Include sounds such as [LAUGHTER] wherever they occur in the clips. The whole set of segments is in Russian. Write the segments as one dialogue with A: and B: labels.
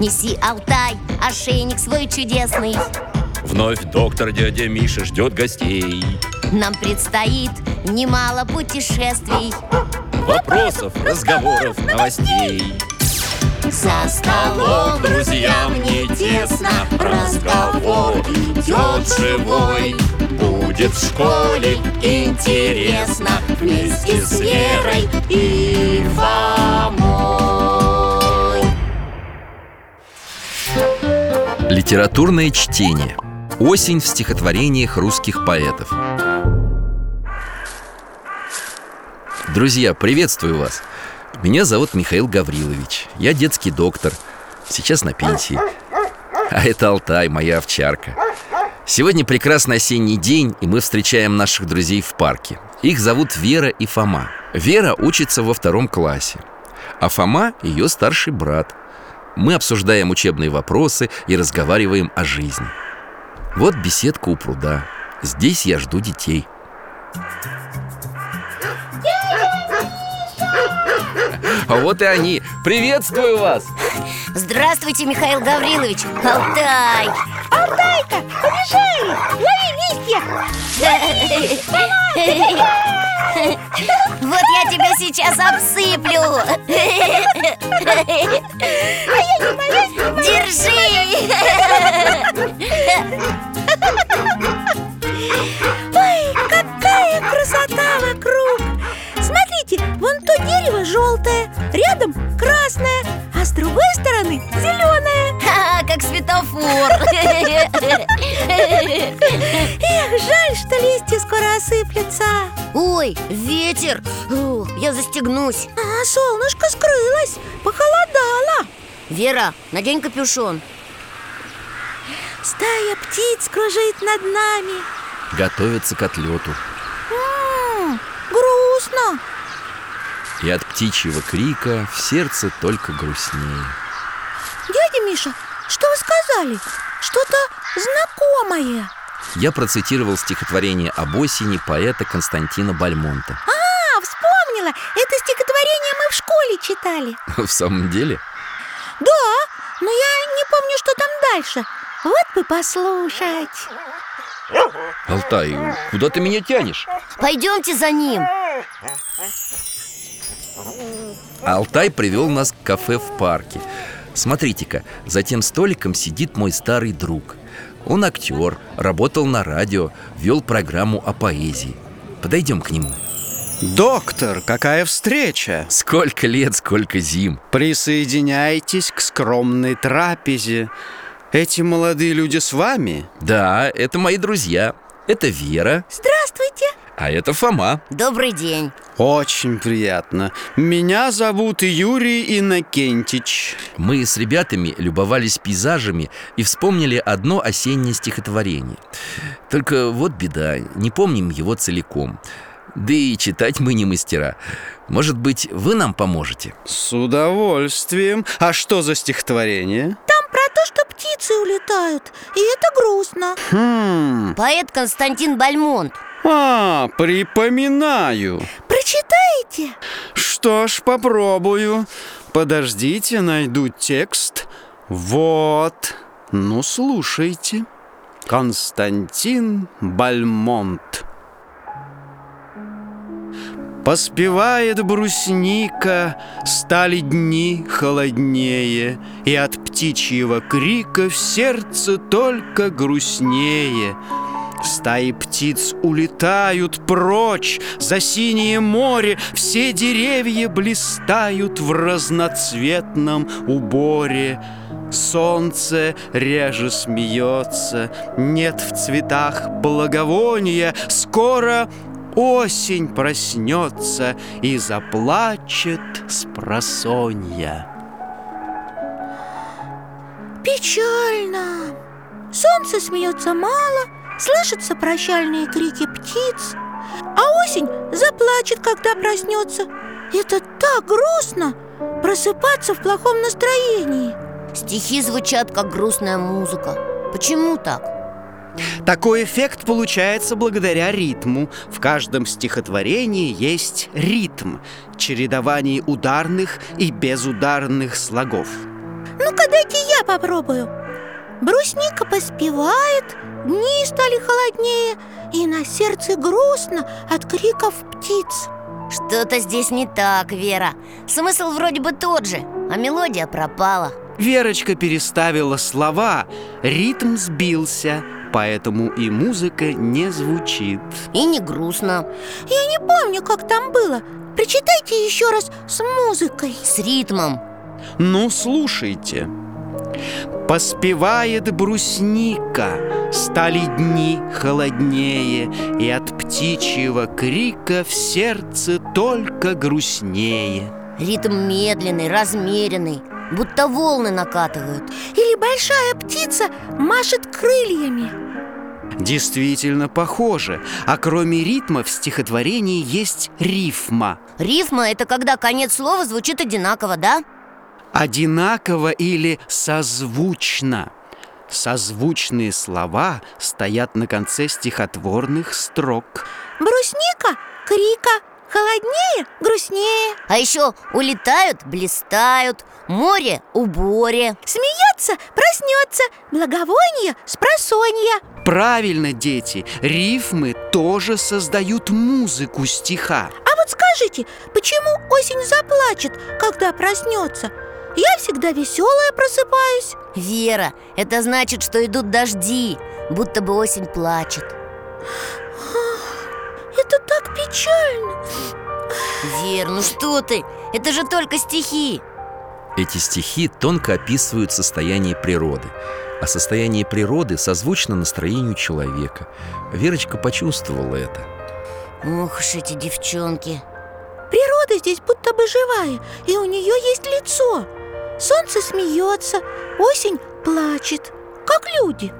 A: Неси, Алтай, ошейник свой чудесный
B: Вновь доктор дядя Миша ждет гостей
A: Нам предстоит немало путешествий
B: Вопросов, разговоров, новостей
A: За
B: Алло,
A: столом,
B: друзья, мне тесно Разговор идет живой Будет в школе интересно Вместе с Верой и Фомой
C: Литературное чтение. Осень в стихотворениях русских поэтов. Друзья, приветствую вас. Меня зовут Михаил Гаврилович. Я детский доктор. Сейчас на пенсии. А это Алтай, моя овчарка. Сегодня прекрасный осенний день, и мы встречаем наших друзей в парке. Их зовут Вера и Фома. Вера учится во втором классе, а Фома – ее старший брат. Мы обсуждаем учебные вопросы и разговариваем о жизни. Вот беседка у пруда. Здесь я жду детей. А вот и они. Приветствую вас!
A: Здравствуйте, Михаил Гаврилович Алтай
D: Алтайка, побежали! Лови листья!
A: Вот я тебя сейчас обсыплю
D: А я не боюсь!
A: Держи
D: Ой, какая красота вокруг! Смотрите, вон то дерево желтое, рядом красное, а с другой стороны зеленое.
A: Ха-ха, Как светофор
D: Эх, жаль, что листья скоро осыплются.
A: Ой, ветер Ух, Я застегнусь
D: А солнышко скрылось, похолодало.
A: Вера, надень капюшон
D: Стая птиц кружит над нами.
C: Готовятся к отлету.
D: М, грустно.
C: И от птичьего крика в сердце только грустнее.
D: Дядя Миша, что вы сказали? Что-то знакомое.
C: Я процитировал стихотворение об осени поэта Константина Бальмонта. [LAUGHS]
D: А, вспомнила! Это стихотворение мы в школе читали.
C: В самом деле?
D: Да, но я не помню, что там дальше. Вот бы послушать.
C: Алтай, куда ты меня тянешь?
A: Пойдемте за ним
C: Алтай привел нас к кафе в парке. Смотрите-ка, за тем столиком сидит мой старый друг. Он актер, работал на радио, вел программу о поэзии. Подойдем к нему.
E: Доктор, какая встреча!
C: Сколько лет, сколько зим.
E: Присоединяйтесь к скромной трапезе. Эти молодые люди с вами?
C: Да, это мои друзья. Это Вера,
D: Здравствуйте.
C: а это Фома.
A: Добрый день
E: Очень приятно. Меня зовут Юрий Иннокентич.
C: Мы с ребятами любовались пейзажами и вспомнили одно осеннее стихотворение. Только вот беда, не помним его целиком. Да и читать мы не мастера. Может быть, вы нам поможете?
E: С удовольствием. А что за стихотворение?
D: Там про то, что птицы улетают. И это грустно.
E: Хм.
A: Поэт Константин Бальмонт
E: А, припоминаю.
D: Прочитаете?
E: Что ж, попробую. Подождите, найду текст. Вот. Ну, слушайте. Константин Бальмонт. Поспевает брусника, стали дни холоднее, И от птичьего крика в сердце только грустнее. Стаи птиц улетают прочь за синее море, Все деревья блистают в разноцветном уборе. Солнце реже смеется, нет в цветах благовония, Скоро осень проснется и заплачет спросонья.
D: Печально. Солнце смеется мало, слышатся прощальные крики птиц, а осень заплачет, когда проснется. Это так грустно просыпаться в плохом настроении.
A: Стихи звучат, как грустная музыка Почему так?
E: Такой эффект получается благодаря ритму. В каждом стихотворении есть ритм, чередование ударных и безударных слогов.
D: Ну-ка, дайте я попробую Брусника поспевает, дни стали холоднее И на сердце грустно от криков птиц
A: Что-то здесь не так, Вера Смысл вроде бы тот же, а мелодия пропала
E: Верочка переставила слова, ритм сбился, поэтому и музыка не звучит.
A: И не грустно
D: Я не помню, как там было Причитайте еще раз с музыкой
A: С ритмом
E: Ну, слушайте. Поспевает брусника, стали дни холоднее, и от птичьего крика в сердце только грустнее.
A: Ритм медленный, размеренный Будто волны накатывают
D: Или большая птица машет крыльями
E: Действительно похоже, а кроме ритма в стихотворении есть рифма.
A: Рифма – это когда конец слова звучит одинаково, да?
E: Одинаково или созвучно. Созвучные слова стоят на конце стихотворных строк.
D: Брусника, крика, холоднее, грустнее
A: А еще улетают, блистают Море – уборе
D: Смеется, проснется, благовоние, спросонья
E: Правильно, дети, рифмы тоже создают музыку стиха.
D: А вот скажите, почему осень заплачет, когда проснется? Я всегда веселая просыпаюсь
A: Вера, это значит, что идут дожди Будто бы осень плачет
D: Это так печально
A: Вер, ну что ты? Это же только стихи
C: Эти стихи тонко описывают состояние природы А состояние природы созвучно настроению человека Верочка почувствовала это
A: Ох уж эти девчонки
D: Природа здесь будто бы живая И у нее есть лицо Солнце смеется, осень плачет Как люди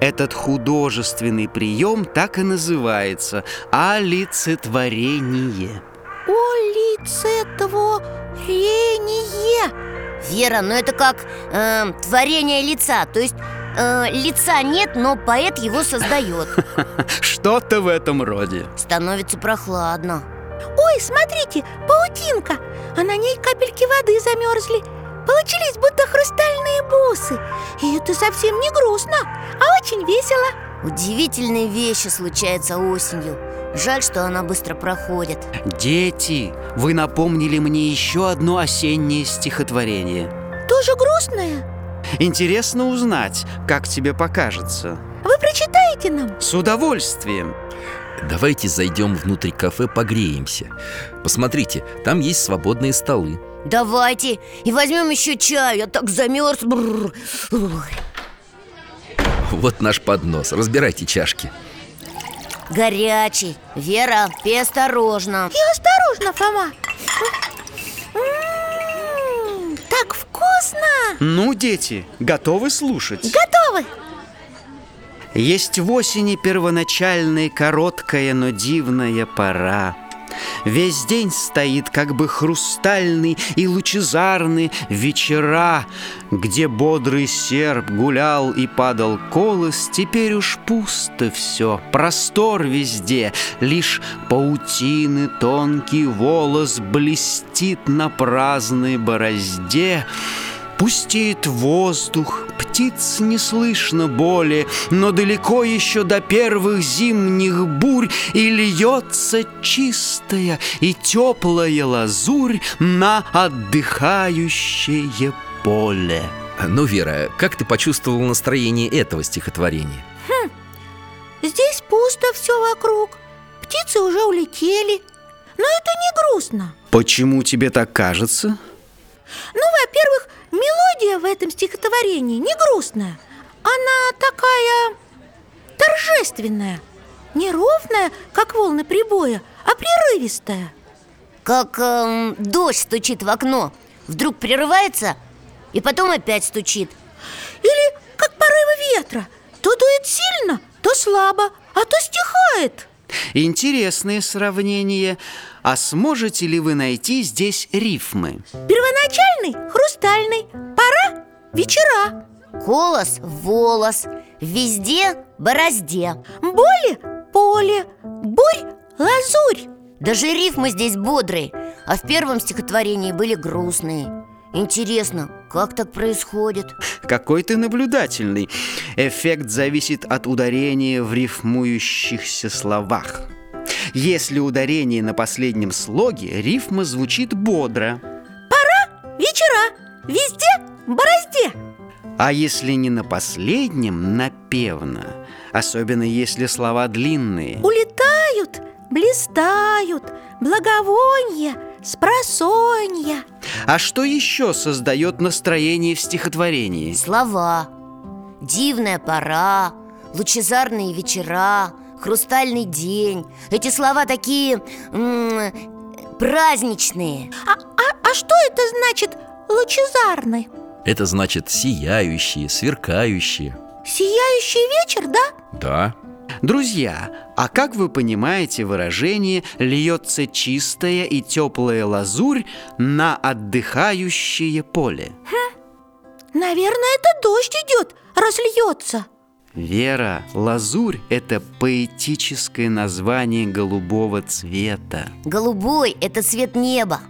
E: Этот художественный прием так и называется – олицетворение.
D: Олицетворение
A: Вера, ну это как э, творение лица То есть э, лица нет, но поэт его создает
E: Что-то в этом роде.
A: Становится прохладно
D: Ой, смотрите, паутинка А на ней капельки воды замерзли Получились будто хрустальные бусы И это совсем не грустно, а очень весело
A: Удивительные вещи случаются осенью Жаль, что она быстро проходит
E: Дети, вы напомнили мне еще одно осеннее стихотворение.
D: Тоже грустное?
E: Интересно узнать, как тебе покажется.
D: Вы прочитаете нам?
E: С удовольствием.
C: Давайте зайдем внутрь кафе, погреемся Посмотрите, там есть свободные столы
A: Давайте, и возьмем еще чаю, я так замерз Бррр. Ух.
C: Вот наш поднос, разбирайте чашки
A: Горячий Вера, пей осторожно
D: И осторожно, Фома М, М-м-м, Так вкусно!
E: Ну, дети, готовы слушать?
D: Готовы?
E: Есть в осени первоначальной короткая, но дивная пора. Весь день стоит как бы хрустальный и лучезарный вечера, Где бодрый серп гулял и падал колос, Теперь уж пусто все, простор везде, Лишь паутины тонкий волос блестит на праздной борозде. Пустеет воздух, птиц не слышно боли, Но далеко еще до первых зимних бурь И льется чистая и теплая лазурь На отдыхающее поле.
C: Ну, Вера, как ты почувствовала настроение этого стихотворения?
D: Здесь пусто все вокруг Птицы уже улетели Но это не грустно
E: Почему тебе так кажется?
D: Ну, во-первых, мелодия в этом стихотворении не грустная Она такая торжественная Не ровная, как волны прибоя, а прерывистая
A: Как эм, дождь стучит в окно Вдруг прерывается и потом опять стучит
D: Или как порывы ветра То дует сильно, то слабо, а то стихает
E: Интересное сравнение. А сможете ли вы найти здесь рифмы?
D: Первоначальный – хрустальный Пора – вечера
A: Колос – волос Везде – борозде
D: Боли – поле Бурь – лазурь
A: Даже рифмы здесь бодрые А в первом стихотворении были грустные Интересно, как так происходит?
E: Какой ты наблюдательный. Эффект зависит от ударения в рифмующихся словах. Если ударение на последнем слоге, рифма звучит бодро.
D: Вечера, везде, борозде
E: А если не на последнем, напевно. Особенно если слова длинные.
D: Улетают, блистают, благовонья, спросонья
E: А что еще создает настроение в стихотворении?
A: Слова Дивная пора Лучезарные вечера Хрустальный день Эти слова такие м, праздничные
D: А, а- а что это значит лучезарный?
C: Это значит сияющие, сверкающие
D: Сияющий вечер, да?
C: Да,
E: Друзья, а как вы понимаете выражение «льется чистая и теплая лазурь на отдыхающее поле»?
D: Наверное, это дождь идет, раз льется
E: Вера, лазурь – это поэтическое название голубого цвета.
A: Голубой – это цвет неба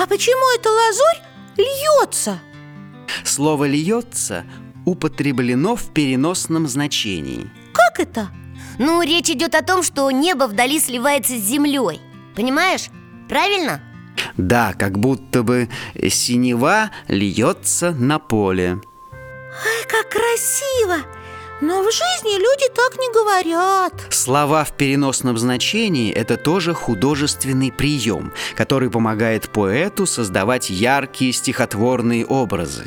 D: А почему эта лазурь льется?
E: Слово «льется» употреблено в переносном значении.
D: Как это?
A: Ну, речь идет о том, что небо вдали сливается с землей Понимаешь? Правильно?
E: Да, как будто бы синева льется на поле.
D: Ай, как красиво! Но в жизни люди так не говорят
E: Слова в переносном значении – это тоже художественный прием, который помогает поэту создавать яркие стихотворные образы.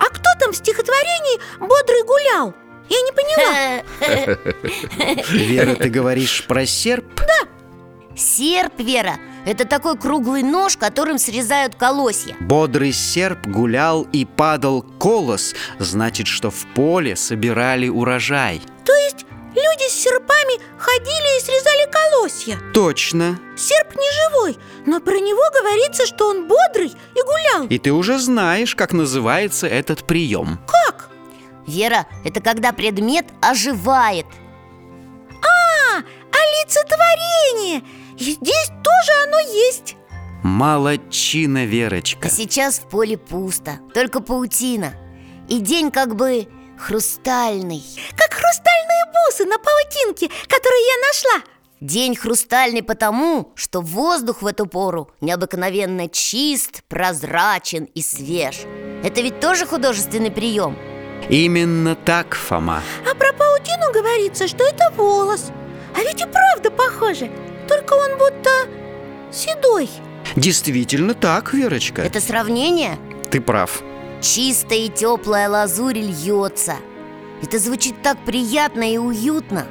D: А кто там в стихотворении бодрый гулял? Я
A: [LAUGHS]
D: не поняла
A: Э,
E: Вера, ты говоришь про серп?
A: Серп, Вера Это такой круглый нож, которым срезают колосья
E: Бодрый серп гулял и падал колос, значит, что в поле собирали урожай.
D: То есть люди с серпами ходили и срезали колосья
E: Точно.
D: Серп не живой, но про него говорится, что он бодрый и гулял
E: И ты уже знаешь, как называется этот прием.
D: Как?
A: Вера, это когда предмет оживает
D: А, а лицетворение! И здесь тоже оно есть
E: Молодчина,
A: А
E: Верочка.
A: сейчас в поле пусто, только паутина И день как бы хрустальный
D: Как хрустальные бусы на паутинке, которые я нашла
A: День хрустальный потому, что воздух в эту пору необыкновенно чист, прозрачен и свеж Это ведь тоже художественный прием
E: Именно так, Фома.
D: А про паутину говорится, что это волос А ведь и правда похоже Только он будто седой
E: Действительно так, Верочка.
A: Это сравнение?
E: Ты прав.
A: Чистая и теплая лазурь льется Это звучит так приятно и уютно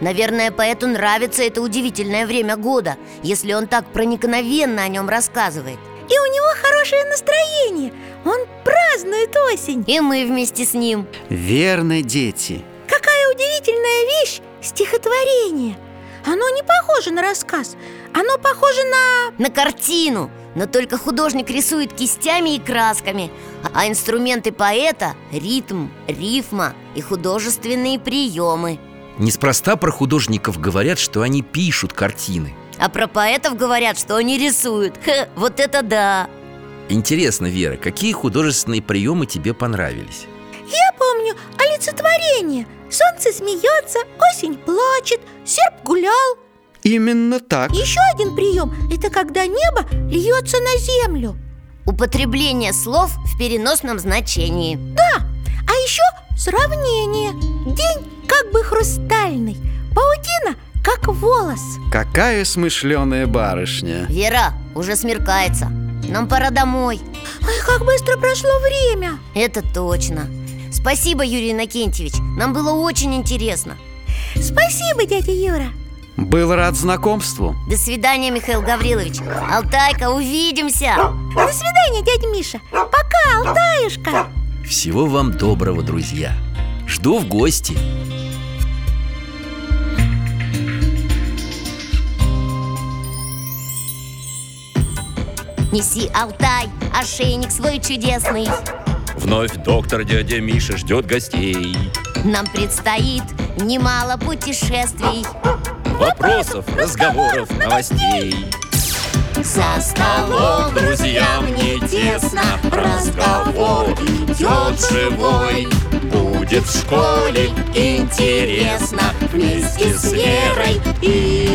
A: Наверное, поэту нравится это удивительное время года Если он так проникновенно о нем рассказывает
D: И у него хорошее настроение Он празднует осень
A: И мы вместе с ним
E: Верно, дети.
D: Какая удивительная вещь стихотворение Оно не похоже на рассказ Оно похоже на...
A: на картину Но только художник рисует кистями и красками А инструменты поэта – ритм, рифма и художественные приемы
C: неспроста про художников говорят, что они пишут картины
A: А про поэтов говорят, что они рисуют Хе, Вот это да!
C: Интересно, Вера, какие художественные приемы тебе понравились?
D: Я помню олицетворение Солнце смеется, осень плачет, серп гулял
E: Именно так.
D: Еще один прием – это когда небо льется на землю
A: Употребление слов в переносном значении
D: А еще сравнение День как бы хрустальный Паутина как волос
E: Какая смышленая барышня.
A: Вера, уже смеркается Нам пора домой
D: Ой, как быстро прошло время
A: Это точно Спасибо, Юрий Иннокентьевич Нам было очень интересно
D: Спасибо, дядя Юра
E: Был рад знакомству.
A: До свидания, Михаил Гаврилович Алтайка, увидимся!
D: До свидания, дядя Миша Пока, Алтаюшка
C: Всего вам доброго, друзья Жду в гости
A: Неси, Алтай, ошейник свой чудесный
B: Вновь доктор дядя Миша ждет гостей
A: Нам предстоит немало путешествий
B: Вопросов, разговоров, новостей
A: За столом друзьям не тесно Разговор идет живой
C: Будет в школе
A: Интересно вместе с Верой и